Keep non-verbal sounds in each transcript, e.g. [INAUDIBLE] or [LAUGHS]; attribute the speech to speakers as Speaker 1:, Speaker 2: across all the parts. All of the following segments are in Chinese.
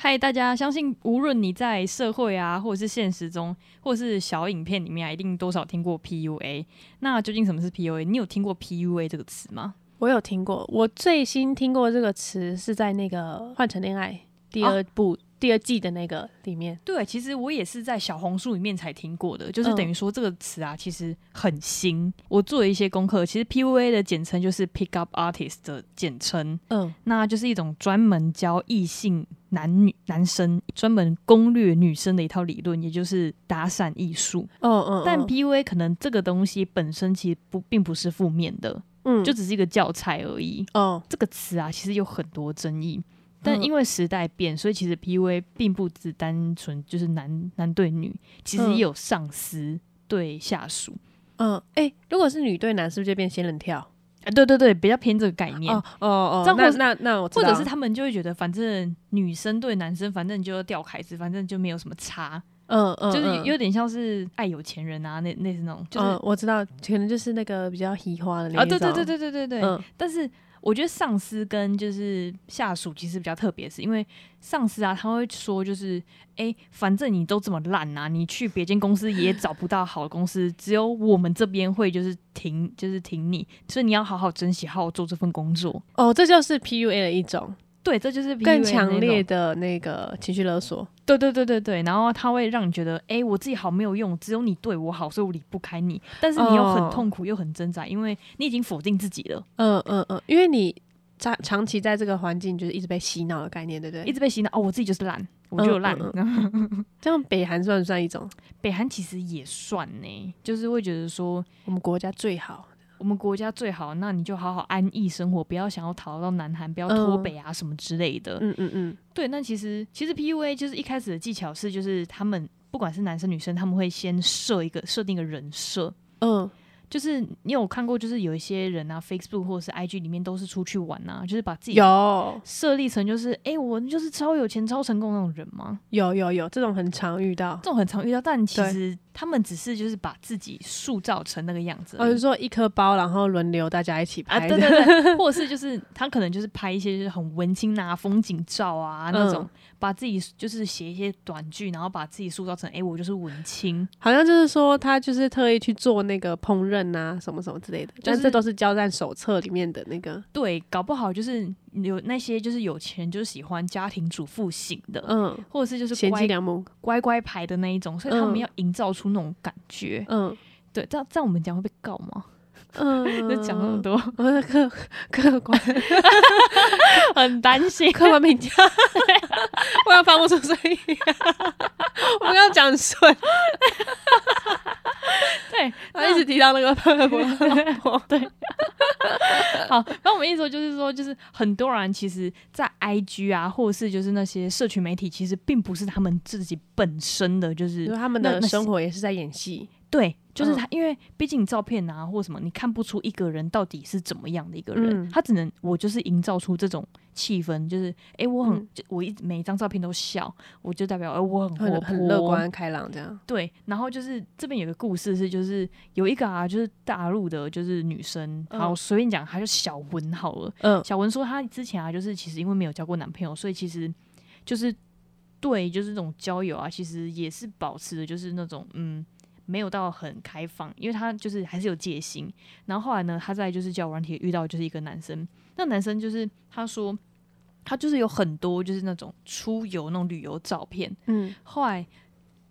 Speaker 1: 嗨，大家相信无论你在社会啊，或者是现实中，或是小影片里面啊，一定多少听过 PUA。那究竟什么是 PUA？你有听过 PUA 这个词吗？
Speaker 2: 我有听过，我最新听过这个词是在那个《换成恋爱》第
Speaker 1: 哦
Speaker 2: 二部、第二季的那个里面。
Speaker 1: 对，其实我也是在小红书里面才听过的，就是等于说这个词啊，其实很新。我做了一些功课，其实 PUA 的简称就是 Pick Up Artist 的简称，
Speaker 2: 嗯，
Speaker 1: 那就是一种专门教异性男女男生专门攻略女生的一套理论，也就是搭讪艺术。
Speaker 2: 哦嗯，
Speaker 1: 但 PUA 可能这个东西本身其实不并不是负面的，
Speaker 2: 嗯
Speaker 1: 就只是一个教材而已。
Speaker 2: 哦
Speaker 1: 这个词啊，其实有很多争议。但
Speaker 2: 嗯
Speaker 1: 因为时代变，所以其实 PUA 并不只单纯就是男男对女，其实
Speaker 2: 嗯
Speaker 1: 也有上司对下属。
Speaker 2: 嗯，哎、如果是女对男，是不是就变仙人跳？
Speaker 1: 啊，对对对，比较偏这个概念。
Speaker 2: 哦哦哦，
Speaker 1: 这样
Speaker 2: 那
Speaker 1: 或是
Speaker 2: 那那我知
Speaker 1: 或
Speaker 2: 道
Speaker 1: 者是他们就会觉得，反正女生对男生，反正就掉凯子，反正就没有什么差，
Speaker 2: 嗯嗯，
Speaker 1: 就是
Speaker 2: 嗯
Speaker 1: 有点像是爱有钱人啊，那那是那种，就是、
Speaker 2: 嗯，我哦知道，可能就是那个比较移花的那
Speaker 1: 啊，
Speaker 2: 一
Speaker 1: 对对
Speaker 2: 种
Speaker 1: 对对对对对。
Speaker 2: 嗯
Speaker 1: 但是我觉得上司跟就是下属其实比较特别，是因为上司啊，他会说就是，哎、反正你都这么烂啊，你去别间公司也找不到好的公司，只有我们这边会就是挺就是挺你，所以你要好好珍惜，好好做这份工作。
Speaker 2: 哦，这就是 PUA 的一种
Speaker 1: 对，这就是 PUA
Speaker 2: 更
Speaker 1: 的
Speaker 2: 强
Speaker 1: 那
Speaker 2: 烈
Speaker 1: 种。
Speaker 2: 的那个情绪勒索。
Speaker 1: 对对对对对，然后他会让你觉得，哎、我自己好没有用，只有你对我好，所以我离不开你。但是你又很
Speaker 2: 哦
Speaker 1: 痛苦，又很挣扎，因为你已经否定自己了。
Speaker 2: 嗯嗯嗯，因为你长长期在这个环境，就是一直被洗脑的概念，对不对？
Speaker 1: 一直被洗脑哦，我自己就是烂，我就有烂。
Speaker 2: 嗯
Speaker 1: 然后
Speaker 2: 这样北韩算不算一种？
Speaker 1: 北韩其实也算呢，就是会觉得说
Speaker 2: 我们国家最好。
Speaker 1: 我们国家最好，那你就好好安逸生活，不要想要逃到南韩，不要脱北啊什么之类的。
Speaker 2: 嗯嗯嗯，
Speaker 1: 对，那其实其实 PUA 就是一开始的技巧是，就是他们不管是男生女生，他们会先设一个设定一个人设。
Speaker 2: 嗯
Speaker 1: 就是你有看过，就是有一些人啊，Facebook 或者是 IG 里面都是出去玩啊，就是把自己
Speaker 2: 有
Speaker 1: 设立成就是，哎、我就是超有钱、超成功那种人吗？
Speaker 2: 有有有，这种很常遇到。
Speaker 1: 这种很常遇到，但其
Speaker 2: 对
Speaker 1: 实他们只是就是把自己塑造成那个样子而
Speaker 2: 哦，
Speaker 1: 已
Speaker 2: 就是说一颗包，然后轮流大家一起
Speaker 1: 啊，
Speaker 2: 拍
Speaker 1: 对
Speaker 2: 的。
Speaker 1: 对
Speaker 2: [LAUGHS]
Speaker 1: 对，或者是就是他可能就是拍一些就是很文青啊、风景照啊那种，
Speaker 2: 嗯
Speaker 1: 把自己就是写一些短剧，然后把自己塑造成哎、诶我就是文青，
Speaker 2: 好像就是说他就是特意去做那个烹饪啊，什么什么之类的。但
Speaker 1: 是
Speaker 2: 这都是交战手册里面的那个。
Speaker 1: 对，搞不好就是有那些就是有钱人就是喜欢家庭主妇型的，
Speaker 2: 嗯，
Speaker 1: 或者是就是
Speaker 2: 贤
Speaker 1: 乖
Speaker 2: 妻良母。
Speaker 1: 乖乖牌的那一种，所以他们
Speaker 2: 嗯
Speaker 1: 要营造出那种感觉。
Speaker 2: 嗯
Speaker 1: 对，这样这样我们讲会被告吗？
Speaker 2: 嗯，
Speaker 1: [LAUGHS] 就讲那么多，
Speaker 2: 我的客客观
Speaker 1: 很担心。
Speaker 2: 客观评价， [LAUGHS] 我要发不出声音。我刚刚
Speaker 1: [LAUGHS]
Speaker 2: 讲
Speaker 1: [LAUGHS]
Speaker 2: 顺，
Speaker 1: 嗯对，
Speaker 2: 他一直提
Speaker 1: [LAUGHS]
Speaker 2: 到那个 [LAUGHS] 潘玮柏的老婆。
Speaker 1: 对， [LAUGHS] 好，那我们意思说就是说，就是很多人其实，在 IG 啊，或者是就是那些社群媒体，其实并不是他们自己本身的，就
Speaker 2: 就是
Speaker 1: 是
Speaker 2: 他们
Speaker 1: 那
Speaker 2: 的
Speaker 1: 那
Speaker 2: 生活也是在演戏。
Speaker 1: 对，就是
Speaker 2: 嗯
Speaker 1: 他，因为毕竟照片啊或什么，你看不出一个人到底是怎么样的一个人，
Speaker 2: 嗯
Speaker 1: 他只能我就是营造出这种气氛，就是诶，我很、
Speaker 2: 嗯
Speaker 1: 就我一每一张照片都笑，我就代表诶，我很活泼，
Speaker 2: 很很乐观开朗这样。
Speaker 1: 对，然后就是这边有个故事是，就是有一个啊，就是大陆的，就是女生，
Speaker 2: 嗯
Speaker 1: 好随便讲，她就小文好了。
Speaker 2: 嗯
Speaker 1: 小文说她之前啊，就是其实因为没有交过男朋友，所以其实就是对，就是这种交友啊，其实也是保持的，就是那种嗯，没有到很开放，因为她就是还是有戒心。然后后来呢，她在就是交友软体遇到就是一个男生，那男生就是他说他就是有很多就是那种出游那种旅游照片，
Speaker 2: 嗯
Speaker 1: 后来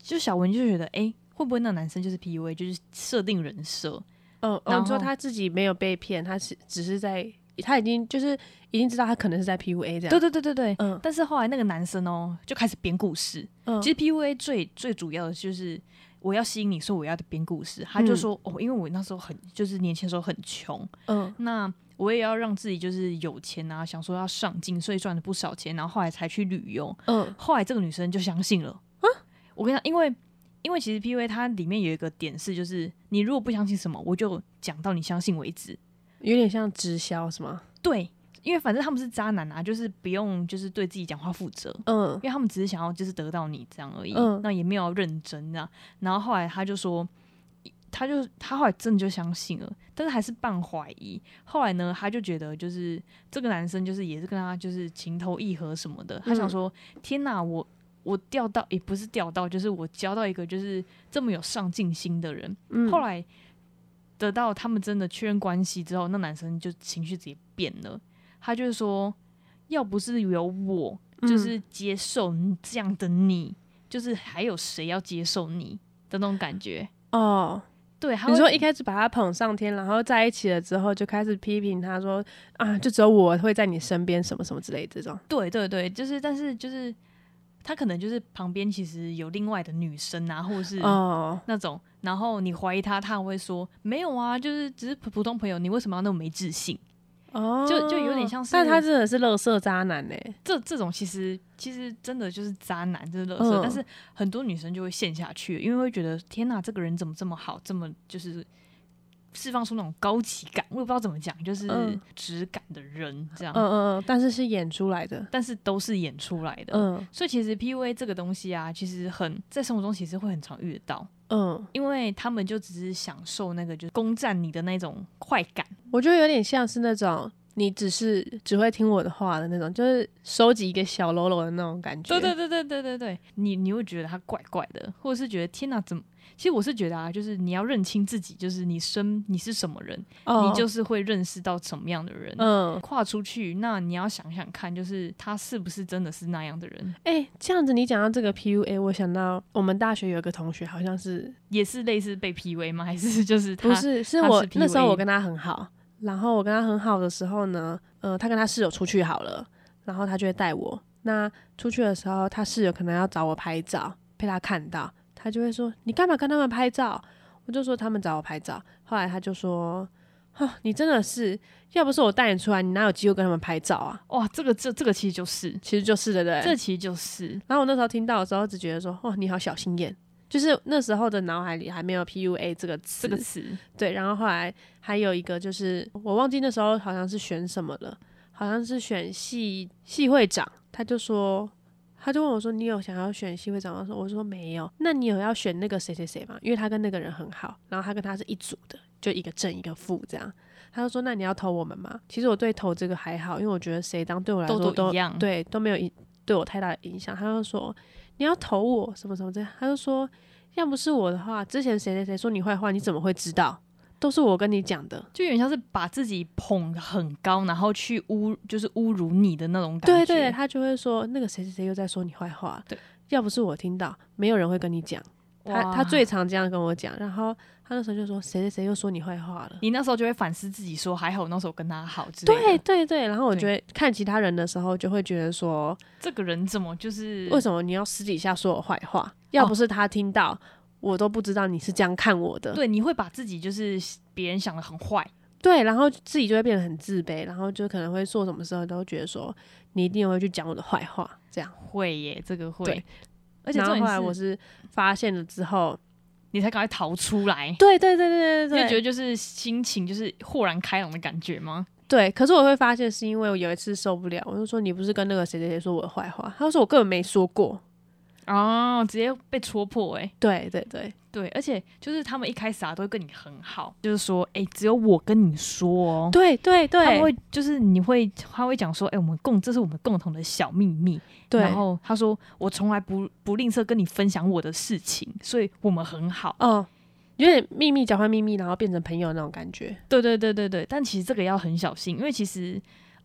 Speaker 1: 就小文就觉得，哎、会不会那男生就是 PUA，就是设定人设？
Speaker 2: 哦，
Speaker 1: 然
Speaker 2: 哦，你说
Speaker 1: 后
Speaker 2: 他自己没有被骗，他是只是在他已经就是已经知道他可能是在 PUA 这样。
Speaker 1: 对对对对对。
Speaker 2: 嗯
Speaker 1: 但是后来那个男生哦、就开始编故事。
Speaker 2: 嗯
Speaker 1: 其实 PUA 最最主要的就是我要吸引你，所以我要编故事。他就说、哦，因为我那时候很就是年轻的时候很穷，
Speaker 2: 嗯
Speaker 1: 那我也要让自己就是有钱啊，想说要上进，所以赚了不少钱，然后后来才去旅游。
Speaker 2: 嗯
Speaker 1: 后来这个女生就相信了。我跟你讲，因为因为其实 PUA 它里面有一个点是，就是你如果不相信什么，我就讲到你相信为止。
Speaker 2: 有点像直销是吗？
Speaker 1: 对，因为反正他们是渣男啊，就是不用就是对自己讲话负责，
Speaker 2: 嗯
Speaker 1: 因为他们只是想要就是得到你这样而已，
Speaker 2: 嗯
Speaker 1: 那也没有要认真啊。然后后来他就说。他就他后来真的就相信了，但是还是半怀疑。后来呢，他就觉得就是这个男生就是也是跟他就是情投意合什么的，他想说、天哪，我我钓到也不是钓到，就是我交到一个就是这么有上进心的人。
Speaker 2: 嗯
Speaker 1: 后来得到他们真的确认关系之后，那男生就情绪直接变了，他就是说，要不是有我，就
Speaker 2: 嗯
Speaker 1: 是接受你这样的你，就是还有谁要接受你的那种感觉。
Speaker 2: 哦，
Speaker 1: 对，他
Speaker 2: 你
Speaker 1: 会
Speaker 2: 说一开始把他捧上天，然后在一起了之后就开始批评他说啊，就只有我会在你身边，什么什么之类的这种。
Speaker 1: 对对对，就是但是就是他可能就是旁边其实有另外的女生啊，或者是
Speaker 2: 哦，
Speaker 1: 那种，然后你怀疑他，他还会说没有啊，就是只是普普通朋友，你为什么要那么没自信？
Speaker 2: 哦，
Speaker 1: 就就有点像是
Speaker 2: 但他真的是乐色渣男呢。欸
Speaker 1: 这这种其实其实真的就是渣男，就是垃圾。
Speaker 2: 嗯
Speaker 1: 但是很多女生就会陷下去，因为会觉得天哪，这个人怎么这么好，这么就是释放出那种高级感，我也不知道怎么讲，就是
Speaker 2: 嗯
Speaker 1: 质感的人这样。
Speaker 2: 嗯嗯嗯，但是是演出来的。
Speaker 1: 但是都是演出来的，
Speaker 2: 嗯
Speaker 1: 所以其实 PUA 这个东西啊，其实很在生活中其实会很常遇得到，
Speaker 2: 嗯，
Speaker 1: 因为他们就只是享受那个就是攻占你的那种快感。
Speaker 2: 我觉得有点像是那种你只是只会听我的话的那种，就是收集一个小喽啰的那种感觉。
Speaker 1: 对对对对对对对，你你会觉得他怪怪的，或者是觉得天哪，怎么？其实我是觉得啊，就是你要认清自己，就是你生你是什么人，
Speaker 2: 哦，
Speaker 1: 你就是会认识到什么样的人。
Speaker 2: 嗯，
Speaker 1: 跨出去，那你要想想看，就是他是不是真的是那样的人，
Speaker 2: 哎、这样子你讲到这个 PUA，我想到我们大学有一个同学，好像是
Speaker 1: 也是类似被 PUA 吗？还是就是他
Speaker 2: 不是，是
Speaker 1: 他
Speaker 2: 我
Speaker 1: 是 PUA
Speaker 2: 那时候我跟他很好，然后我跟他很好的时候呢，呃，他跟他室友出去好了，然后他就会带我。那出去的时候，他室友可能要找我拍照，被他看到，他就会说：“你干嘛跟他们拍照？”我就说：“他们找我拍照。”后来他就说：“哦，你真的是，要不是我带你出来，你哪有机会跟他们拍照啊
Speaker 1: 哇，这个这这个其实就是？”，
Speaker 2: 其实就是的，对不对
Speaker 1: 这其实就是
Speaker 2: 然后我那时候听到的时候，只觉得说：“哦，你好小心眼。”就是那时候的脑海里还没有 PUA 这个词，
Speaker 1: 这个词，
Speaker 2: 对，然后后来还有一个就是我忘记那时候好像是选什么了，好像是选系系会长，他就说。他就问我说：“你有想要选系会长吗？”我说：“我说没有。那你有要选那个谁谁谁吗？因为他跟那个人很好，然后他跟他是一组的，就一个正一个负这样。”他就说：“那你要投我们吗？”其实我对投这个还好，因为我觉得谁当对我来说
Speaker 1: 都
Speaker 2: 都
Speaker 1: 一样
Speaker 2: 对都没有影对我太大的影响。他就说：“你要投我什么什么这样。”他就说：“要不是我的话，之前谁谁谁说你坏话，你怎么会知道？都是我跟你讲的。
Speaker 1: 就有点像是把自己捧得很高，然后去侮就是侮辱你的那种感
Speaker 2: 对
Speaker 1: 觉。
Speaker 2: 对，他就会说那个谁谁谁又在说你坏话。
Speaker 1: 对，
Speaker 2: 要不是我听到，没有人会跟你讲。他
Speaker 1: 哇
Speaker 2: 他最常这样跟我讲，然后他那时候就说谁谁谁又说你坏话了。
Speaker 1: 你那时候就会反思自己说，还好我那时候跟他好之类的。
Speaker 2: 对对对，然后我觉得看其他人的时候，就会觉得说，
Speaker 1: 这个人怎么就是
Speaker 2: 为什么你要私底下说我坏话？要不是他听到，我都不知道你是这样看我的。
Speaker 1: 对，你会把自己就是别人想的很坏，
Speaker 2: 对，然后自己就会变得很自卑，然后就可能会做什么事都觉得说你一定会去讲我的坏话，这样。
Speaker 1: 会耶，这个会
Speaker 2: 对。
Speaker 1: 而且
Speaker 2: 然
Speaker 1: 重
Speaker 2: 后后
Speaker 1: 点
Speaker 2: 来
Speaker 1: 是，
Speaker 2: 我是发现了之后，
Speaker 1: 你才赶快逃出来，
Speaker 2: 对对对对
Speaker 1: 就
Speaker 2: 对
Speaker 1: 觉
Speaker 2: 对，
Speaker 1: 得就是心情就是豁然开朗的感觉吗？
Speaker 2: 对。可是我会发现是因为我有一次受不了，我就说你不是跟那个谁谁谁说我的坏话，他就说我根本没说过。
Speaker 1: 哦，直接被戳破哎。
Speaker 2: 对对对，
Speaker 1: 对，而且就是他们一开始啊，都会跟你很好，就是说，哎、只有我跟你说哦。
Speaker 2: 对对
Speaker 1: 他们
Speaker 2: 对，
Speaker 1: 会就是你会，他会讲说，哎、我们共这是我们共同的小秘密。
Speaker 2: 对
Speaker 1: 然后他说，我从来不不吝啬跟你分享我的事情，所以我们很好。
Speaker 2: 哦，有点秘密交换秘密，然后变成朋友那种感觉。
Speaker 1: 对对对对对，但其实这个要很小心，因为其实，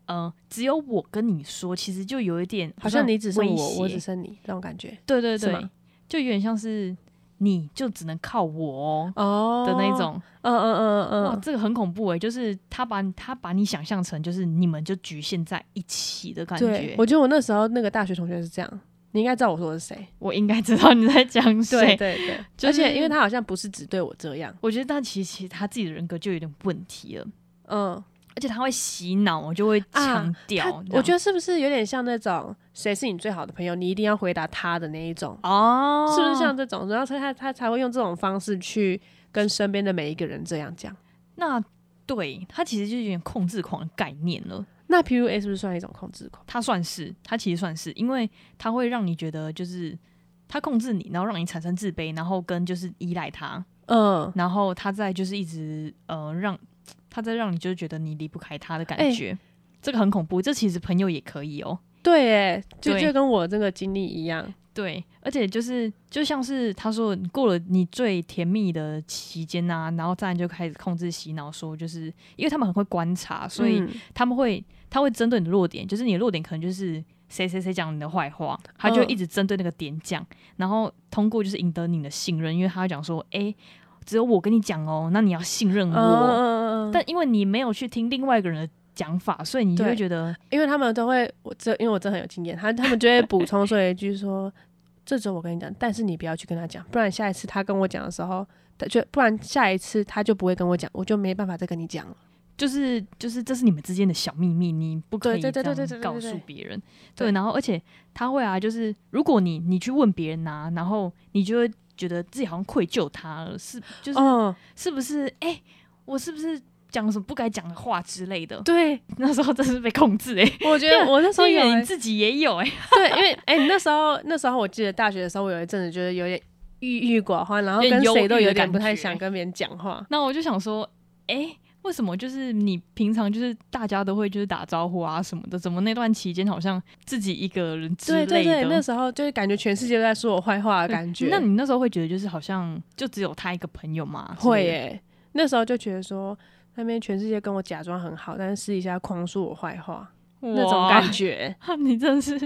Speaker 1: 呃，只有我跟你说，其实就有一点
Speaker 2: 好像你只剩
Speaker 1: 威
Speaker 2: 我，我
Speaker 1: 胁
Speaker 2: 只剩你那种感觉
Speaker 1: 对对
Speaker 2: 是
Speaker 1: 对
Speaker 2: 吗，
Speaker 1: 就有点像是你就只能靠我哦
Speaker 2: 哦
Speaker 1: 的那，种。
Speaker 2: 嗯嗯嗯
Speaker 1: 哇，
Speaker 2: 嗯
Speaker 1: 这个很恐怖诶、欸就是他把他把你想象成就是你们就局限在一起的
Speaker 2: 嗯，
Speaker 1: 感
Speaker 2: 对
Speaker 1: 觉，。
Speaker 2: 我觉得我那时候那个大学同学是这样，你应该知道我说的是谁。
Speaker 1: 我应该知道你在讲
Speaker 2: 对
Speaker 1: 谁。 [LAUGHS]
Speaker 2: 对对，
Speaker 1: 就
Speaker 2: 而且
Speaker 1: 是
Speaker 2: 因为他好像不是只对我这样，
Speaker 1: 我觉得他其实他自己的人格就有点问题了，
Speaker 2: 嗯，
Speaker 1: 而且他会洗脑，我就会强调
Speaker 2: 他
Speaker 1: 这样。
Speaker 2: 啊我觉
Speaker 1: 得
Speaker 2: 得是不是有点像那种谁是你最好的朋友，你一定要回答他的那一种，
Speaker 1: 哦，
Speaker 2: 是不是像这种？然后他他他才会用这种方式去跟身边的每一个人这样讲。
Speaker 1: 那对他其实就有点控制狂的概念了。
Speaker 2: 那 PUA 是不是算一种控制狂？
Speaker 1: 他算是，他其实算是，因为他会让你觉得就是他控制你，然后让你产生自卑，然后跟就是依赖他。
Speaker 2: 嗯，
Speaker 1: 然后他在就是一直呃让他在让你就觉得你离不开他的感
Speaker 2: 哎
Speaker 1: 觉，这个很恐怖。这其实朋友也可以哦。
Speaker 2: 对，哎，就
Speaker 1: 对
Speaker 2: 就跟我这个经历一样，
Speaker 1: 对，而且就是就像是他说，你过了你最甜蜜的期间呐、然后自然就开始控制洗脑，说就是因为他们很会观察，所以
Speaker 2: 嗯
Speaker 1: 他们会他会针对你的弱点，就是你的弱点可能就是谁谁谁讲你的坏话，他就
Speaker 2: 嗯
Speaker 1: 一直针对那个点讲，然后通过就是赢得你的信任，因为他会讲说，哎、只有我跟你讲哦，那你要信任
Speaker 2: 嗯
Speaker 1: 我。
Speaker 2: 嗯嗯，但
Speaker 1: 但因为你没有去听另外一个人的讲法，所以你就会
Speaker 2: 对
Speaker 1: 觉得
Speaker 2: 因为他们都会，我这因为我真的很有经验，他他们就会补充说一句说，这周我跟你讲，但是你不要去跟他讲，不然下一次他跟我讲的时候，他就不然下一次他就不会跟我讲，我就没办法再跟你讲了。
Speaker 1: 就是就是这是你们之间的小秘密，你不可以这
Speaker 2: 对对对对对
Speaker 1: 样
Speaker 2: 对对
Speaker 1: 告
Speaker 2: 对
Speaker 1: 诉别人。
Speaker 2: 对
Speaker 1: 对，然后而且他会啊，就是如果你你去问别人啊，然后你就会觉得自己好像愧疚他了，是就是、
Speaker 2: 哦，
Speaker 1: 是不是？哎、我是不是讲了什么不该讲的话之类的？
Speaker 2: 对，
Speaker 1: [LAUGHS]
Speaker 2: 那
Speaker 1: 那时候真是被控制哎、欸，
Speaker 2: 我
Speaker 1: [LAUGHS]
Speaker 2: 觉得我那时候
Speaker 1: 所以
Speaker 2: 有、
Speaker 1: 你
Speaker 2: 欸，
Speaker 1: 自己也有哎、
Speaker 2: 对，因为哎、那时候那时候我记得大学的时候，我有一阵子觉得有点郁郁寡欢，然后
Speaker 1: 有点
Speaker 2: 跟
Speaker 1: 忧
Speaker 2: 谁都
Speaker 1: 郁的
Speaker 2: 有点
Speaker 1: 感
Speaker 2: 不太
Speaker 1: 觉
Speaker 2: 想跟别人讲话。
Speaker 1: 那我就想说，哎、为什么就是你平常就是大家都会就是打招呼啊什么的，怎么那段期间好像自己一个人之
Speaker 2: 对
Speaker 1: 类的？嗯
Speaker 2: 对对，那时候就是感觉全世界都在说我坏话的感觉。
Speaker 1: 那你那时候会觉得就是好像就只有他一个朋友嘛？
Speaker 2: 会
Speaker 1: 耶、
Speaker 2: 耶、那时候就觉得说那边全世界跟我假装很好，但是私底下狂说我坏话那种感觉。
Speaker 1: 觉， [LAUGHS] 你真的是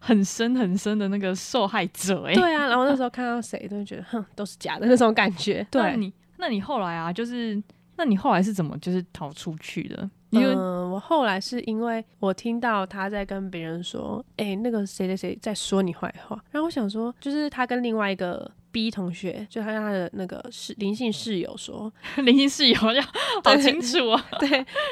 Speaker 1: 很深很深的那个受害者哎、
Speaker 2: 对啊，然后那时候看到谁都觉得哼都是假的那种感觉。
Speaker 1: 那
Speaker 2: 对，
Speaker 1: 你那你后来啊，就是那你后来是怎么就是逃出去的？因
Speaker 2: [LAUGHS]
Speaker 1: 为、
Speaker 2: 嗯，我后来是因为我听到他在跟别人说，哎、那个谁谁谁在说你坏话，然后我想说，就是他跟另外一个 B 同学，就他跟他的那个室灵性室友说，
Speaker 1: 林星室友要好
Speaker 2: 对
Speaker 1: 清楚哦，
Speaker 2: 对，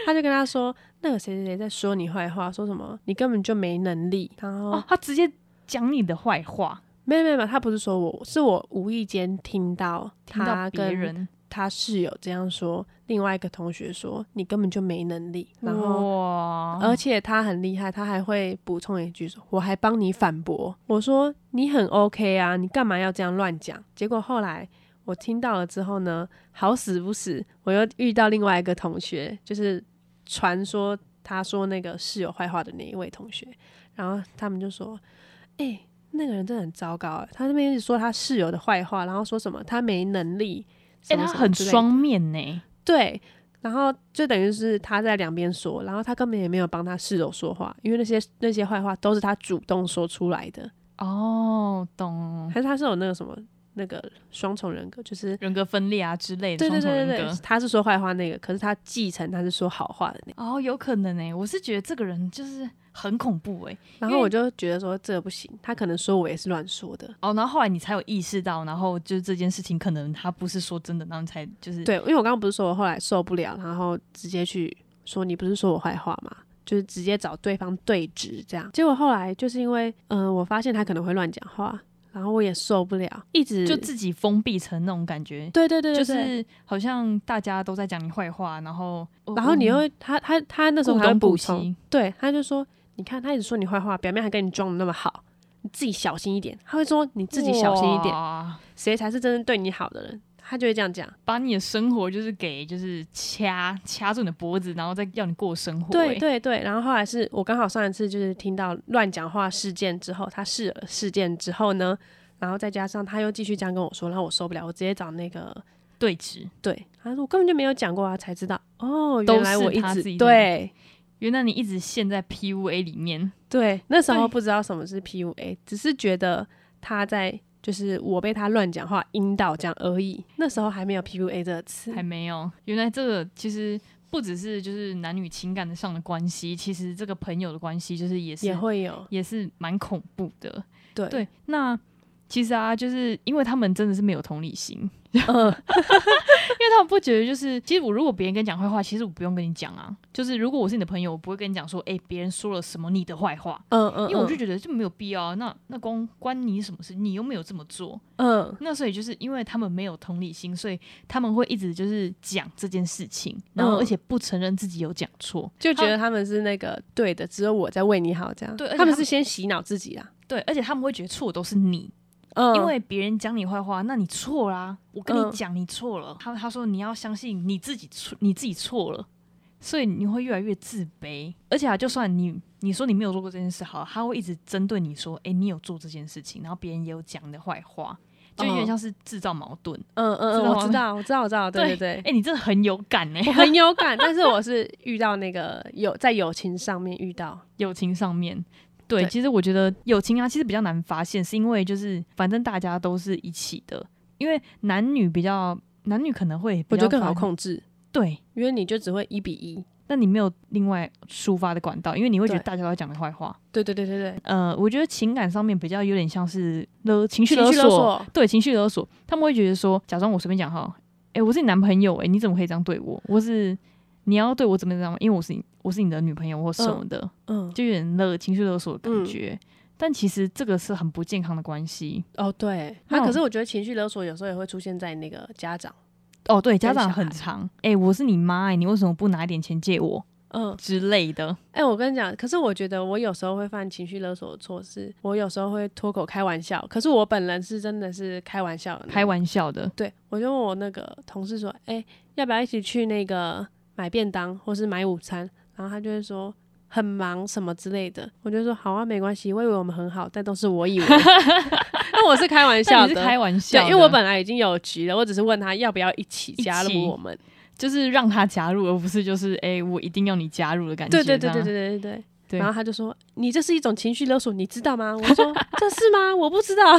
Speaker 2: 他就跟他说，那个谁谁谁在说你坏话，说什么你根本就没能力，然后
Speaker 1: 哦他直接讲你的坏话，
Speaker 2: 没有没有，没有他不是说我，是我无意间听到
Speaker 1: 听到
Speaker 2: 他
Speaker 1: 别
Speaker 2: 跟
Speaker 1: 人，
Speaker 2: 他室友这样说，另外一个同学说你根本就没能力，然后。
Speaker 1: 哇，
Speaker 2: 而且他很厉害，他还会补充一句说：“我还帮你反驳。”我说：“你很 OK 啊，你干嘛要这样乱讲？”结果后来我听到了之后呢，好死不死，我又遇到另外一个同学，就是传说他说那个室友坏话的那一位同学，然后他们就说：“哎、那个人真的很糟糕、欸，他那边一直说他室友的坏话，然后说什么他没能力，
Speaker 1: 哎、
Speaker 2: 呃什么
Speaker 1: 他
Speaker 2: 什么
Speaker 1: 很
Speaker 2: 之类的
Speaker 1: 双面呢、
Speaker 2: 对，然后就等于是他在两边说，然后他根本也没有帮他室友说话，因为那些那些坏话都是他主动说出来的，
Speaker 1: 嗯哦，懂
Speaker 2: 还是他是有那个什么那个双重人格，就是
Speaker 1: 人格分裂啊之类的，
Speaker 2: 对对
Speaker 1: 双重
Speaker 2: 对
Speaker 1: 人
Speaker 2: 对
Speaker 1: 格。
Speaker 2: 对，他是说坏话那个，可是他继承他是说好话的那个，
Speaker 1: 哦，有可能哎、我是觉得这个人就是很恐怖哎、
Speaker 2: 然
Speaker 1: 因
Speaker 2: 后
Speaker 1: 为
Speaker 2: 我就觉得说这个不行，他可能说我也是乱说的，
Speaker 1: 哦，然后后来你才有意识到，然后就是这件事情可能他不是说真的，然后你才就是
Speaker 2: 对，因为我刚刚不是说我后来受不了，然后直接去说你不是说我坏话吗？就是直接找对方对质这样。结果后来就是因为，嗯、我发现他可能会乱讲话，然后我也受不了，一直
Speaker 1: 就自己封闭成那种感觉，
Speaker 2: 对对对对
Speaker 1: 就
Speaker 2: 对
Speaker 1: 是好像大家都在讲你坏话，然后
Speaker 2: 然后你又
Speaker 1: 嗯
Speaker 2: 会他他他那时候
Speaker 1: 顾
Speaker 2: 还会
Speaker 1: 东
Speaker 2: 补
Speaker 1: 补
Speaker 2: 充，
Speaker 1: 西，
Speaker 2: 对，他就说，你看他一直说你坏话，表面还跟你装的那么好，你自己小心一点。他会说你自己小心一点，
Speaker 1: 哇，
Speaker 2: 谁才是真正对你好的人？他就会这样讲。
Speaker 1: 把你的生活就是给就是掐掐住你的脖子，然后再要你过生活、
Speaker 2: 对
Speaker 1: 欸
Speaker 2: 对对，然后后来是我刚好上一次就是听到乱讲话事件之后，他室友的事件之后呢，然后再加上他又继续这样跟我说，然后我受不了，我直接找那个
Speaker 1: 对峙。
Speaker 2: 对，他说我根本就没有讲过啊，才知道哦，
Speaker 1: 都
Speaker 2: 原来
Speaker 1: 是
Speaker 2: 我一
Speaker 1: 他
Speaker 2: 直
Speaker 1: 自己在
Speaker 2: 对
Speaker 1: 原来你一直陷在 PUA 里面，
Speaker 2: 对，那时候
Speaker 1: 对
Speaker 2: 不知道什么是 PUA，只是觉得他在就是我被他乱讲话引导这样而已，那时候还没有 PUA 这个词
Speaker 1: 还，没有。原来这个其实不只是就是男女情感上的关系，其实这个朋友的关系就是也是
Speaker 2: 也会有
Speaker 1: 也是蛮恐怖的。
Speaker 2: 对
Speaker 1: 对，那其实啊，就是因为他们真的是没有同理心，因
Speaker 2: 嗯
Speaker 1: 为他们不觉得就是，其实我如果别人跟你讲坏话，其实我不用跟你讲啊。就是如果我是你的朋友，我不会跟你讲说，哎、别人说了什么你的坏话，
Speaker 2: 嗯嗯，
Speaker 1: 因为我就
Speaker 2: 嗯
Speaker 1: 觉得就没有必要啊。那那关关你什么事？你又没有这么做。
Speaker 2: 嗯
Speaker 1: 那所以就是因为他们没有同理心，所以他们会一直就是讲这件事情，然后而且不承认自己有讲错，
Speaker 2: 嗯就觉
Speaker 1: 他
Speaker 2: 得他们是那个对的，只有我在为你好这样。
Speaker 1: 对而且
Speaker 2: 他们
Speaker 1: 他
Speaker 2: 是
Speaker 1: 们
Speaker 2: 先洗脑自己啊。
Speaker 1: 对，而且他们会觉得错都是你，
Speaker 2: 嗯，
Speaker 1: 因为别人讲你坏话，那你错啦。我跟
Speaker 2: 嗯
Speaker 1: 你讲，你错了。他他说你要相信你自己错，你自己错了，所以你会越来越自卑。而且啊，就算你你说你没有做过这件事，好了，他会一直针对你说，诶，你有做这件事情，然后别人也有讲你的坏话，就有点像是制造矛盾。
Speaker 2: 嗯嗯
Speaker 1: 知
Speaker 2: 嗯，
Speaker 1: 道
Speaker 2: 我知
Speaker 1: 吗
Speaker 2: 道，我知道，我知道，对对
Speaker 1: 诶，
Speaker 2: 对，
Speaker 1: 你真的很有感哎、
Speaker 2: 我很有感，但是我是遇到那个有在友情上面遇到，
Speaker 1: 友情上面。对，
Speaker 2: 对
Speaker 1: 其实我觉得友情啊，其实比较难发现，是因为就是反正大家都是一起的，因为男女比较男女可能会比
Speaker 2: 我觉得
Speaker 1: 较
Speaker 2: 更好
Speaker 1: 发
Speaker 2: 控制，
Speaker 1: 对，
Speaker 2: 因为你就只会一比一。
Speaker 1: 那你没有另外抒发的管道，因为你会觉得
Speaker 2: 对
Speaker 1: 大家都在讲你坏话。
Speaker 2: 对对对对对，
Speaker 1: 呃，我觉得情感上面比较有点像是勒情绪
Speaker 2: 情
Speaker 1: 勒
Speaker 2: 绪勒索
Speaker 1: 对情绪勒索，他们会觉得说，假装我随便讲哈，诶，我是你男朋友诶，哎你怎么可以这样对我？我是你要对我怎么样？因为我是你，我是你的女朋友或什么的，
Speaker 2: 嗯，
Speaker 1: 就有点勒情绪勒索的
Speaker 2: 嗯
Speaker 1: 感觉。但其实这个是很不健康的关系
Speaker 2: 哦对，
Speaker 1: 那
Speaker 2: 那、
Speaker 1: 种
Speaker 2: 可是我觉得情绪勒索有时候也会出现在那个家长，
Speaker 1: 哦。对，家
Speaker 2: 跟
Speaker 1: 长
Speaker 2: 小
Speaker 1: 很
Speaker 2: 孩
Speaker 1: 长，诶，我是你妈诶，你为什么不拿一点钱借我
Speaker 2: 嗯，
Speaker 1: 之类的？
Speaker 2: 哎、我跟你讲，可是我觉得我有时候会犯情绪勒索的错是，我有时候会脱口开玩笑，可是我本人是真的是开玩笑的那种，
Speaker 1: 开玩笑的，
Speaker 2: 对，我就问我那个同事说，哎、要不要一起去那个买便当或是买午餐？然后他就会说很忙什么之类的，我就说好啊，没关系，我以为我们很好，但都是
Speaker 1: [LAUGHS]
Speaker 2: 我以为，那我是开玩
Speaker 1: 但
Speaker 2: 笑
Speaker 1: 你
Speaker 2: 的，
Speaker 1: 是开玩笑
Speaker 2: 对，
Speaker 1: 的，
Speaker 2: 因为我本来已经有局了，我只是问他要不要一起
Speaker 1: 一
Speaker 2: 加
Speaker 1: 起
Speaker 2: 入我们，
Speaker 1: 就是让他加入，而不是就是哎、诶我一定要你加入的感觉。
Speaker 2: 对对
Speaker 1: 这
Speaker 2: 对对
Speaker 1: 样
Speaker 2: 对对对。
Speaker 1: 对
Speaker 2: 然后他就说：“你这是一种情绪勒索，你知道吗？”我
Speaker 1: [LAUGHS]
Speaker 2: 说：“这是吗？我不知道。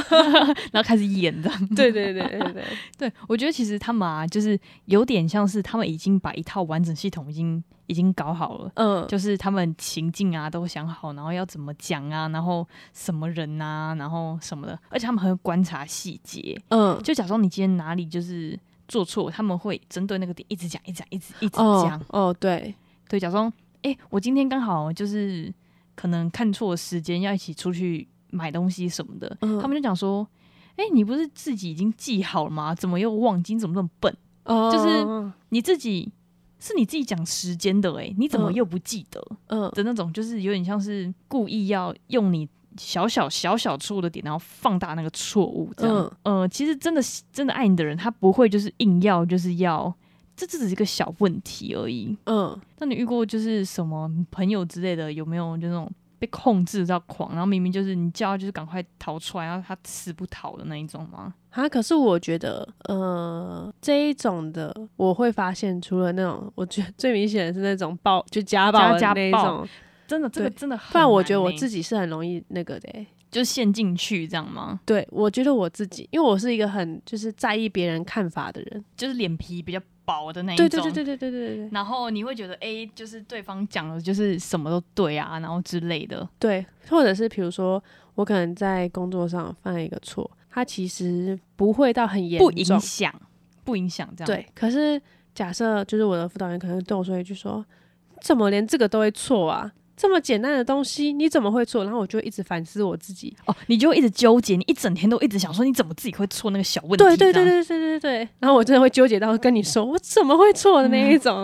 Speaker 1: 然后开始演这样。” [LAUGHS]
Speaker 2: 对对对对对对，
Speaker 1: 对，我觉得其实他们啊，就是有点像是他们已经把一套完整系统已经已经搞好了。
Speaker 2: 嗯，
Speaker 1: 就是他们情境啊都想好，然后要怎么讲啊，然后什么人啊，然后什么的，而且他们很会观察细节。
Speaker 2: 嗯，
Speaker 1: 就假装你今天哪里就是做错，他们会针对那个点一直讲，一直讲，一直一直讲
Speaker 2: 哦。哦，对，
Speaker 1: 对，假装哎、诶我今天刚好就是可能看错时间，要一起出去买东西什么的，
Speaker 2: 嗯
Speaker 1: 他们就讲说，哎、你不是自己已经记好了吗？怎么又忘记？你怎么这么笨？
Speaker 2: 哦，
Speaker 1: 就是
Speaker 2: 嗯
Speaker 1: 你自己是你自己讲时间的、诶，你怎么
Speaker 2: 嗯
Speaker 1: 又不记得、
Speaker 2: 嗯
Speaker 1: 的那种？就是有点像是故意要用你。小小小小错误的点，然后放大那个错误，这样。
Speaker 2: 嗯
Speaker 1: 呃，其实真的真的爱你的人，他不会就是硬要就是要，这这只是一个小问题而已。
Speaker 2: 嗯，
Speaker 1: 那你遇过就是什么朋友之类的，有没有就那种被控制到狂，然后明明就是你叫他就是赶快逃出来，然后他死不逃的那一种吗？
Speaker 2: 啊，可是我觉得，呃，这一种的我会发现，除了那种，我觉得最明显的是那种暴，就家暴的
Speaker 1: 家
Speaker 2: 那一
Speaker 1: 暴欸
Speaker 2: 种，
Speaker 1: 真的，这个
Speaker 2: 对
Speaker 1: 真的
Speaker 2: 不然我觉得我
Speaker 1: 己
Speaker 2: 自己是很容易那个的欸、
Speaker 1: 就陷进去这样吗？
Speaker 2: 对，我觉得我自己，因为我是一个很就是在意别人看法的人。
Speaker 1: 就是脸皮比较薄的那一种。
Speaker 2: 对对对对对对对对。
Speaker 1: 然后你会觉得，哎、就是对方讲的，就是什么都对啊，然后之类的。
Speaker 2: 对，或者是比如说，我可能在工作上犯了一个错，它其实不会到很严
Speaker 1: 不
Speaker 2: 重
Speaker 1: 影，响，不影响这样。，
Speaker 2: 对。可是假设就是我的辅导员可能对我说一句说：“怎么连这个都会错啊？这么简单的东西你怎么会错？”然后我就一直反思我自己。
Speaker 1: 哦，你就会一直纠结，你一整天都一直想说，你怎么自己会错那个小问题？
Speaker 2: 对对
Speaker 1: 这
Speaker 2: 对
Speaker 1: 样
Speaker 2: 对对对对对。然后我真的会纠结到跟你说我怎么会错的那一种，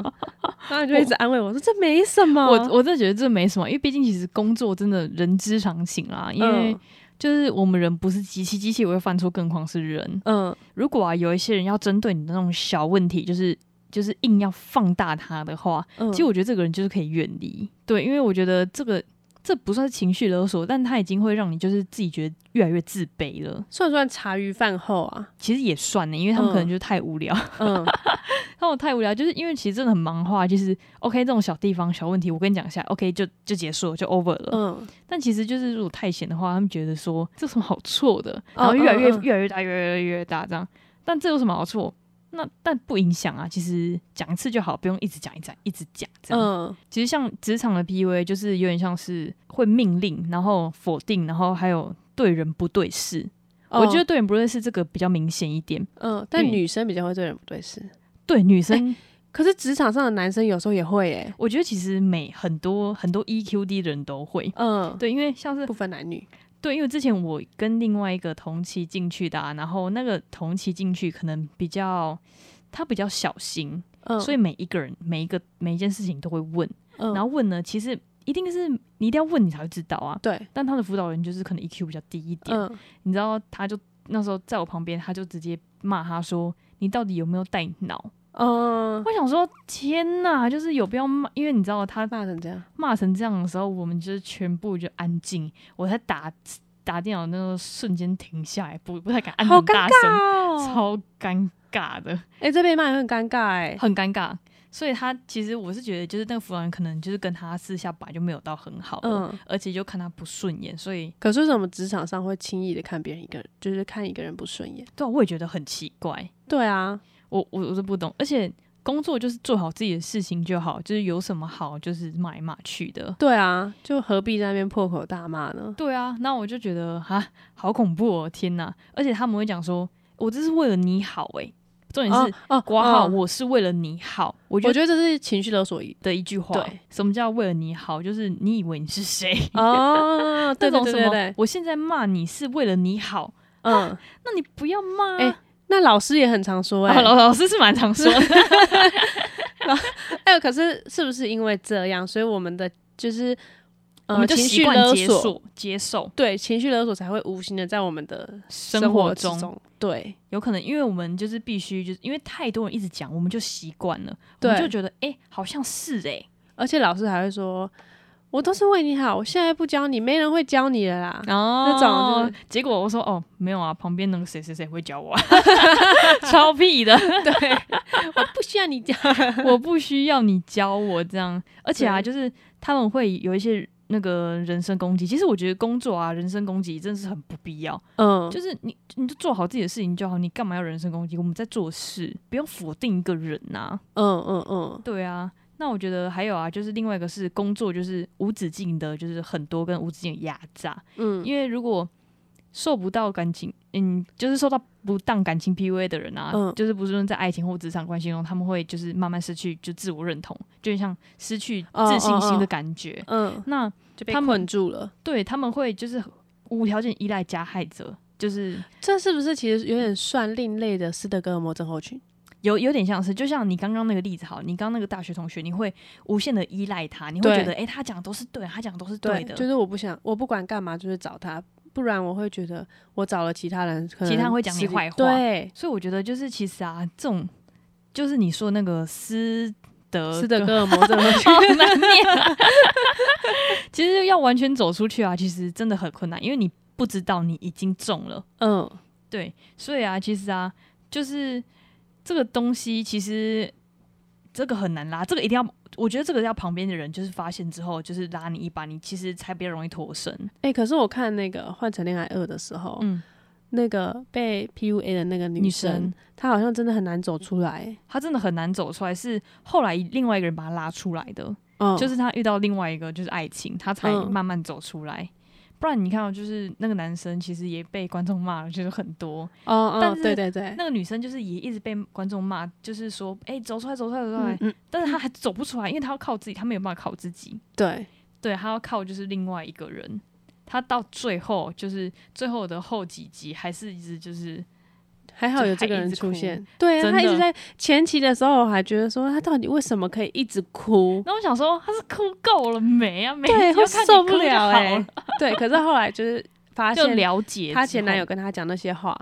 Speaker 2: 然后你就一直安慰我说：“这没什么。
Speaker 1: 嗯我我真的觉得这没什么，因为毕竟其实工作真的人之常情啦，因为
Speaker 2: 嗯
Speaker 1: 就是我们人不是机器，机器也会犯错，更何况是人。
Speaker 2: 嗯
Speaker 1: 如果啊有一些人要针对你的那种小问题，就是就是硬要放大它的话，
Speaker 2: 嗯，
Speaker 1: 其实我觉得这个人就是可以远离。对，因为我觉得这个这不算是情绪勒索，但他已经会让你就是自己觉得越来越自卑了。
Speaker 2: 算不算茶余饭后啊？
Speaker 1: 其实也算欸呢，因为他们可能
Speaker 2: 嗯
Speaker 1: 就是太无聊， [LAUGHS]
Speaker 2: 嗯
Speaker 1: 他们太无聊，就是因为其实真的很忙的话，就是 OK 这种小地方小问题，我跟你讲一下，OK 就就结束了，就 over 了。
Speaker 2: 嗯
Speaker 1: 但其实就是如果太闲的话，他们觉得说这有什么好错的，然后越来越、
Speaker 2: 嗯嗯嗯
Speaker 1: 越来越大，越来越越大这样。但这有什么好错？那但不影响啊，其实讲一次就好，不用一直讲一直讲一直讲 [LAUGHS] 这样。
Speaker 2: 嗯
Speaker 1: 其实像职场的 PUA，就是有点像是会命令，然后否定，然后还有对人不对事。我
Speaker 2: 哦
Speaker 1: 觉得对人不对事这个比较明显一点，
Speaker 2: 嗯，但
Speaker 1: 嗯
Speaker 2: 女生比较会对人不对事。
Speaker 1: 对女生，
Speaker 2: 哎可是职场上的男生有时候也会耶，
Speaker 1: 我觉得其实每很多很多 EQ 低的人都会。
Speaker 2: 嗯，
Speaker 1: 对，因为像是
Speaker 2: 不分男女，
Speaker 1: 对，因为之前我跟另外一个同期进去的、啊，然后那个同期进去可能比较他比较小心，
Speaker 2: 嗯，
Speaker 1: 所以每一个人每一个每一件事情都会问，
Speaker 2: 嗯，
Speaker 1: 然后问呢，其实一定是你一定要问你才会知道啊。
Speaker 2: 对，
Speaker 1: E 但他的辅导员就是可能 EQ 比较低一点，
Speaker 2: 嗯
Speaker 1: 你知道他就那时候在我旁边，他就直接骂他说：“你到底有没有带脑？”
Speaker 2: 嗯，
Speaker 1: 我想说，天哪，就是有必要骂？因为你知道他
Speaker 2: 骂成这样，
Speaker 1: 骂成这样的时候，我们就是全部就安静，我才打打电脑那个瞬间停下来，不不太敢按
Speaker 2: 好
Speaker 1: 很
Speaker 2: 尴
Speaker 1: 大声，
Speaker 2: 尬哦。
Speaker 1: 超尴尬的，
Speaker 2: 哎、这被骂也很尴尬哎、
Speaker 1: 很尴尬。所以他其实我是觉得，就是那个服务员可能就是跟他私下摆就没有到很好，嗯，
Speaker 2: 嗯，
Speaker 1: 而且就看他不顺眼，所以
Speaker 2: 可是为什么职场上会轻易的看别人一个人，就是看一个人不顺眼？
Speaker 1: 对啊、我也觉得很奇怪，
Speaker 2: 对啊，
Speaker 1: 我我我是不懂，而且工作就是做好自己的事情就好，就是有什么好就是骂一骂去的。
Speaker 2: 对啊，就何必在那边破口大骂呢？
Speaker 1: 对啊，那我就觉得哈，好恐怖哦，天哪！而且他们会讲说，我这是为了你好诶、重点
Speaker 2: 哦
Speaker 1: 是
Speaker 2: 哦，
Speaker 1: 挂号，
Speaker 2: 哦
Speaker 1: 我是为了你好，我觉得
Speaker 2: 我觉得这是情绪勒索一
Speaker 1: 的一句话。
Speaker 2: 对，
Speaker 1: 什么叫为了你好？就是你以为你是谁？
Speaker 2: [LAUGHS] 哦， [LAUGHS] 对
Speaker 1: 那
Speaker 2: 对
Speaker 1: 种
Speaker 2: 对
Speaker 1: 什
Speaker 2: 对
Speaker 1: 么，
Speaker 2: 对，
Speaker 1: 我现在骂你是为了你好，
Speaker 2: 嗯，
Speaker 1: 那你不要骂、
Speaker 2: 哎那老师也很常说哎、
Speaker 1: 啊老老师是蛮常说
Speaker 2: [LAUGHS]
Speaker 1: 的，
Speaker 2: 哎、可是是不是因为这样，所以我们的就是
Speaker 1: 我
Speaker 2: 呃
Speaker 1: 们就
Speaker 2: 情
Speaker 1: 习
Speaker 2: 绪
Speaker 1: 惯
Speaker 2: 勒
Speaker 1: 接
Speaker 2: 索，
Speaker 1: 受接受
Speaker 2: 对情绪勒索才会无形的在我们的
Speaker 1: 生活
Speaker 2: 之
Speaker 1: 中。
Speaker 2: 中，对
Speaker 1: 有可能，因为我们就是必须，就是因为太多人一直讲，我们就习惯了，我
Speaker 2: 对
Speaker 1: 们就觉得哎、诶好像是哎、诶
Speaker 2: 而且老师还会说，我都是为你好，我现在不教你，没人会教你的
Speaker 1: [LAUGHS]
Speaker 2: 啦。
Speaker 1: 哦
Speaker 2: 那种
Speaker 1: 就是结果我说哦，没有啊，旁边那个谁谁谁会教 [LAUGHS] 我、啊，超屁的，
Speaker 2: 对， [LAUGHS] 我不需要你教。
Speaker 1: [LAUGHS] 我不需要你教我这样。而且啊，就
Speaker 2: 对
Speaker 1: 是他们会有一些那个人身攻击，其实我觉得工作啊，人身攻击真的是很不必要。
Speaker 2: 嗯，
Speaker 1: 就是你，你就做好自己的事情就好，你干嘛要人身攻击？我们在做事，不要否定一个人啊呐、
Speaker 2: 嗯嗯嗯，
Speaker 1: 对啊，那我觉得还有啊，就是另外一个是工作，就是无止境的，就是很多跟无止境的压榨。
Speaker 2: 嗯，
Speaker 1: 因为如果受不到感情，嗯，就是受到不当感情 PUA 的人啊，
Speaker 2: 嗯
Speaker 1: 就是不论在爱情或职场关系中，他们会就是慢慢失去就自我认同，就像失去自信心的感觉。
Speaker 2: 嗯，
Speaker 1: 那
Speaker 2: 就被
Speaker 1: 他们
Speaker 2: 困住了。
Speaker 1: 对他们会就是无条件依赖加害者，就是
Speaker 2: 这是不是其实有点算另类的斯德哥尔摩症候群？
Speaker 1: 有有点像是，就像你刚刚那个例子好，你刚刚那个大学同学，你会无限的依赖他，你会
Speaker 2: 对
Speaker 1: 觉得，诶，他讲的都是对，他讲的都是对的，
Speaker 2: 就是我不想，我不管干嘛，就是找他，不然我会觉得我找了其他人，可能
Speaker 1: 其他人会讲你
Speaker 2: 私底
Speaker 1: 坏话
Speaker 2: 对，
Speaker 1: 所以我觉得就是其实啊，这种就是你说那个斯德
Speaker 2: 斯德哥尔摩症候
Speaker 1: [LAUGHS]
Speaker 2: 群。
Speaker 1: 好难念、啊，其实要完全走出去啊，其实真的很困难，因为你不知道你已经中了，
Speaker 2: 嗯，
Speaker 1: 对，所以啊，其实啊，就是这个东西其实这个很难拉，这个一定要。我觉得这个要旁边的人就是发现之后，就是拉你一把，你其实才比较容易脱身。
Speaker 2: 哎、可是我看那个《换成恋爱二》的时候，
Speaker 1: 嗯，
Speaker 2: 那个被 PUA 的那个女
Speaker 1: 女
Speaker 2: 生，
Speaker 1: 生
Speaker 2: 她好像真的很难走出来。
Speaker 1: 他真的很难走出来，是后来另外一个人把他拉出来的。
Speaker 2: 嗯，
Speaker 1: 就是他遇到另外一个就是爱情，他才
Speaker 2: 嗯
Speaker 1: 慢慢走出来。不然你看，哦，就是那个男生其实也被观众骂了，就是很多。
Speaker 2: 哦哦
Speaker 1: 但，是
Speaker 2: 对对对，
Speaker 1: 那个女生就是也一直被观众骂，就是说，哎、走出来，走出来，走出来。
Speaker 2: 嗯嗯，
Speaker 1: 但是他还走不出来，因为他要靠自己，他没有办法靠自己，
Speaker 2: 对，
Speaker 1: 对他要靠就是另外一个人。他到最后就是最后的后几集，还是一直就是
Speaker 2: 还好
Speaker 1: 就
Speaker 2: 有这
Speaker 1: 还
Speaker 2: 个
Speaker 1: 一
Speaker 2: 人
Speaker 1: 直
Speaker 2: 出
Speaker 1: 哭
Speaker 2: 现。对啊，
Speaker 1: 真
Speaker 2: 她一直
Speaker 1: 的
Speaker 2: 在前期的时候，我还觉得说她到底为什么可以一直 [LAUGHS] 哭？
Speaker 1: 那我想说，他是哭够了没啊？没
Speaker 2: 对，
Speaker 1: 就
Speaker 2: 会
Speaker 1: 看你
Speaker 2: 受
Speaker 1: 哭
Speaker 2: 不
Speaker 1: 就
Speaker 2: 了
Speaker 1: 好
Speaker 2: 哎、
Speaker 1: 了
Speaker 2: 对，可是后来就是发
Speaker 1: 就
Speaker 2: 现
Speaker 1: 了解
Speaker 2: 她
Speaker 1: 之
Speaker 2: 前男
Speaker 1: 后
Speaker 2: 友跟她讲那些话，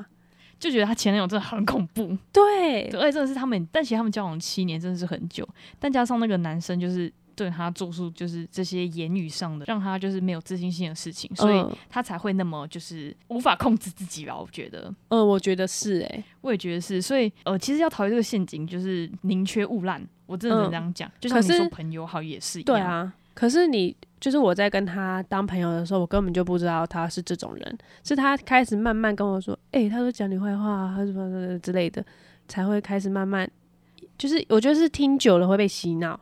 Speaker 1: 就觉得她前男友真的很恐怖。
Speaker 2: 对，
Speaker 1: 对，而且真的是他们，但其实他们交往七年真的是很久，但加上那个男生就是对他做出就是这些言语上的，让他就是没有自信心的事情，所以
Speaker 2: 嗯，
Speaker 1: 他才会那么就是无法控制自己吧。我觉得，
Speaker 2: 嗯我觉得是哎、
Speaker 1: 我也觉得是，所以呃，其实要逃离这个陷阱，就是宁缺毋滥。我真的能这样讲，就像
Speaker 2: 嗯
Speaker 1: 你
Speaker 2: 可是
Speaker 1: 说朋友好也是一样，
Speaker 2: 对，啊，可是你就是我在跟他当朋友的时候，我根本就不知道他是这种人，是他开始慢慢跟我说，哎、他说讲你坏话啊，他什么什么之类的，才会开始慢慢，就是我觉得是听久了会被洗脑，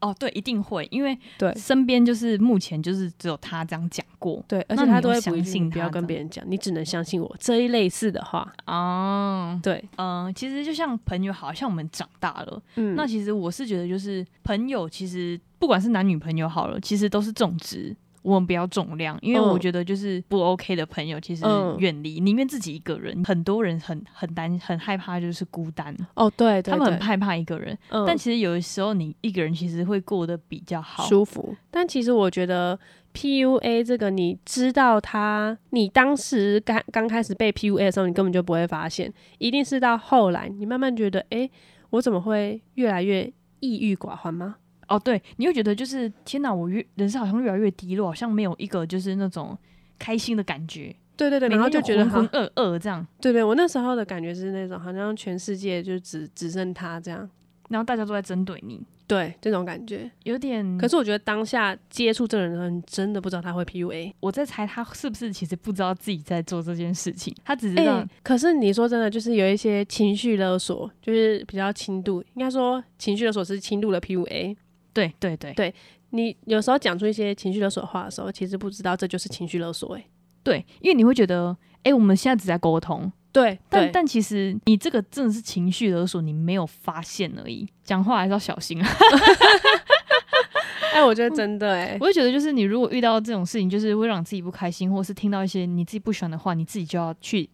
Speaker 1: 哦，对，一定会，因为
Speaker 2: 对
Speaker 1: 身边就是目前就是只有他这样讲过
Speaker 2: 对，而
Speaker 1: 那
Speaker 2: 且他
Speaker 1: 你
Speaker 2: 都
Speaker 1: 要
Speaker 2: 会不
Speaker 1: 相信
Speaker 2: 不要
Speaker 1: 他
Speaker 2: 跟
Speaker 1: 的
Speaker 2: 别人讲，你只能相信我这一类似的话，
Speaker 1: 哦，
Speaker 2: 对，
Speaker 1: 嗯、其实就像朋友好，像我们长大了。
Speaker 2: 嗯，
Speaker 1: 那其实我是觉得，就是朋友其实不管是男女朋友好了，其实都是种植。我们不要重量，因为
Speaker 2: 嗯
Speaker 1: 我觉得就是不 OK 的朋友，其实
Speaker 2: 嗯
Speaker 1: 远离，宁愿自己一个人。很多人很很担很害怕，就是孤单，
Speaker 2: 哦，对，
Speaker 1: [LAUGHS]
Speaker 2: 对
Speaker 1: 他们很
Speaker 2: 对
Speaker 1: 害怕一个人。
Speaker 2: 嗯
Speaker 1: 但其实有的时候，你一个人其实会过得比较好。
Speaker 2: 舒服。但其实我觉得 PUA 这个，你知道它，你当时刚刚开始被 PUA 的时候，你根本就不会发现，一定是到后来，你慢慢觉得，诶，我怎么会越来越抑郁寡欢吗？
Speaker 1: 哦，对，你会觉得就是天哪，我越人生好像越来越低落，好像没有一个就是那种开心的感觉，
Speaker 2: 对对对，
Speaker 1: 每
Speaker 2: 然后
Speaker 1: 天
Speaker 2: 就觉得
Speaker 1: 浑
Speaker 2: 好
Speaker 1: 浑，噩噩这样，
Speaker 2: 对对，我那时候的感觉是那种，好像全世界就只只剩他这样，
Speaker 1: 然后大家都在针对你，
Speaker 2: 对嗯这种感觉。
Speaker 1: 有点。
Speaker 2: 可是我觉得当下接触这个人的时候，你真的不知道他会 PUA。
Speaker 1: 我在猜他是不是其实不知道自己在做这件事情，他只是
Speaker 2: 哎、
Speaker 1: 让、
Speaker 2: 可是你说真的，就是有一些情绪勒索，就是比较轻度，应该说情绪勒索是轻度的 PUA。
Speaker 1: 对对对
Speaker 2: 对你有时候讲出一些情绪勒索话的时候，其实不知道这就是情绪勒索、欸。哎，
Speaker 1: 对，因为你会觉得，哎、我们现在只在沟通，
Speaker 2: 对，
Speaker 1: 但但其实你这个真的是情绪勒索，你没有发现而已。讲话还是要小心啊。
Speaker 2: 哎、我觉得真的哎、
Speaker 1: [LAUGHS] 我会觉得，就是你如果遇到这种事情，就是会让自己不开心，或是听到一些你自己不喜欢的话，你自己就要去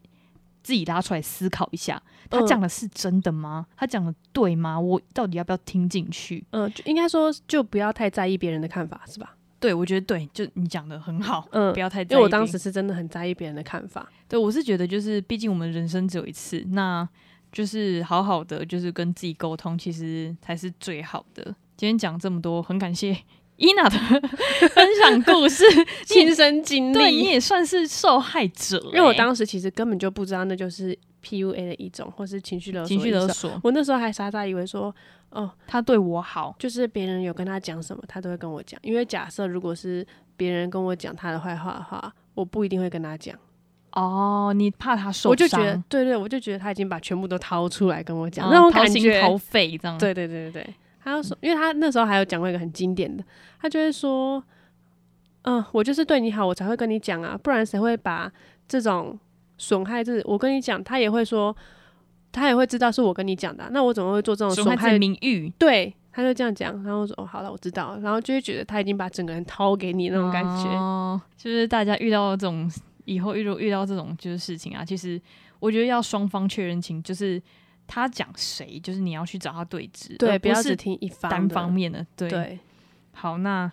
Speaker 1: 自己拉出来思考一下，他
Speaker 2: 嗯
Speaker 1: 讲的是真的吗？他讲的对吗？我到底要不要听进去？
Speaker 2: 嗯，就应该说就不要太在意别人的看法，是吧？
Speaker 1: 对，我觉得对，就你讲的很好，
Speaker 2: 嗯
Speaker 1: 不，要太在意别
Speaker 2: 因
Speaker 1: 人。
Speaker 2: 为我当时是真的很在意别人的看法。
Speaker 1: 对我是觉得，就是毕竟我们人生只有一次，那就是好好的，就是跟自己沟通，其实才是最好的。今天讲这么多，很感谢伊娜的 [LAUGHS] 分享故事，
Speaker 2: [LAUGHS] 亲身经
Speaker 1: 对你
Speaker 2: 历。
Speaker 1: 也算是受害者、
Speaker 2: 因为我
Speaker 1: 欸
Speaker 2: 当时其实根本就不知道那就是 PUA 的一种，或是情绪勒索。
Speaker 1: 情绪勒。索，
Speaker 2: 我那时候啊还傻傻以为说，哦，
Speaker 1: 他对我好，
Speaker 2: 就是别人有跟他讲什么，他都会跟我讲。因为假设如果是别人跟我讲他的坏话的话，我不一定会跟他讲。
Speaker 1: 哦，你怕他受伤，
Speaker 2: 我就觉得，对对，我就觉得他已经把全部都掏出来跟我讲，
Speaker 1: 嗯
Speaker 2: 那种
Speaker 1: 掏
Speaker 2: 感
Speaker 1: 心
Speaker 2: 觉。
Speaker 1: 掏肺这样。，
Speaker 2: 对对对对对，他要说，因为他那时候还有讲过一个很经典的，他就会说，嗯，我就是对你好，我才会跟你讲啊，不然谁会把这种损害这，我跟你讲，他也会说，他也会知道是我跟你讲的啊、那我怎么会做这种
Speaker 1: 损害
Speaker 2: 损
Speaker 1: 自
Speaker 2: 害
Speaker 1: 己？名誉
Speaker 2: 对，他就这样讲，然后我说哦，好了，我知道了，然后就会觉得他已经把整个人掏给你那种感觉，
Speaker 1: 哦，就是大家遇到这种以后遇到遇到这种就是事情啊，其实我觉得要双方确认清，就是他讲谁，就是你要去找他对峙，
Speaker 2: 对，
Speaker 1: 而
Speaker 2: 不
Speaker 1: 不
Speaker 2: 要只
Speaker 1: 是
Speaker 2: 听一方
Speaker 1: 单
Speaker 2: 的
Speaker 1: 方，面的。对，
Speaker 2: 对，
Speaker 1: 好，那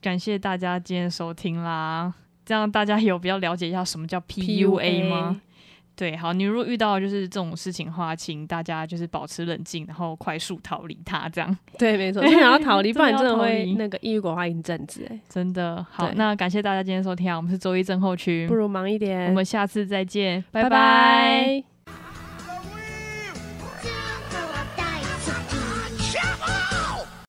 Speaker 1: 感谢大家今天的收听啦，这样大家有比较了解一下什么叫 PUA 吗？对，好，你如果遇到就是这种事情的话，请大家就是保持冷静，然后快速逃离它，这样
Speaker 2: 对，没错，真的要逃离，
Speaker 1: [LAUGHS]
Speaker 2: 不
Speaker 1: 真的
Speaker 2: 然
Speaker 1: 要
Speaker 2: 真的
Speaker 1: 逃
Speaker 2: 会
Speaker 1: 离
Speaker 2: 那个抑郁寡欢一阵子、哎，
Speaker 1: 真的好。
Speaker 2: 对
Speaker 1: 那感谢大家今天收听啊，我们是周一症候群
Speaker 2: 不，如忙一点，
Speaker 1: 我们下次再见，
Speaker 2: 拜
Speaker 1: 拜拜
Speaker 2: 拜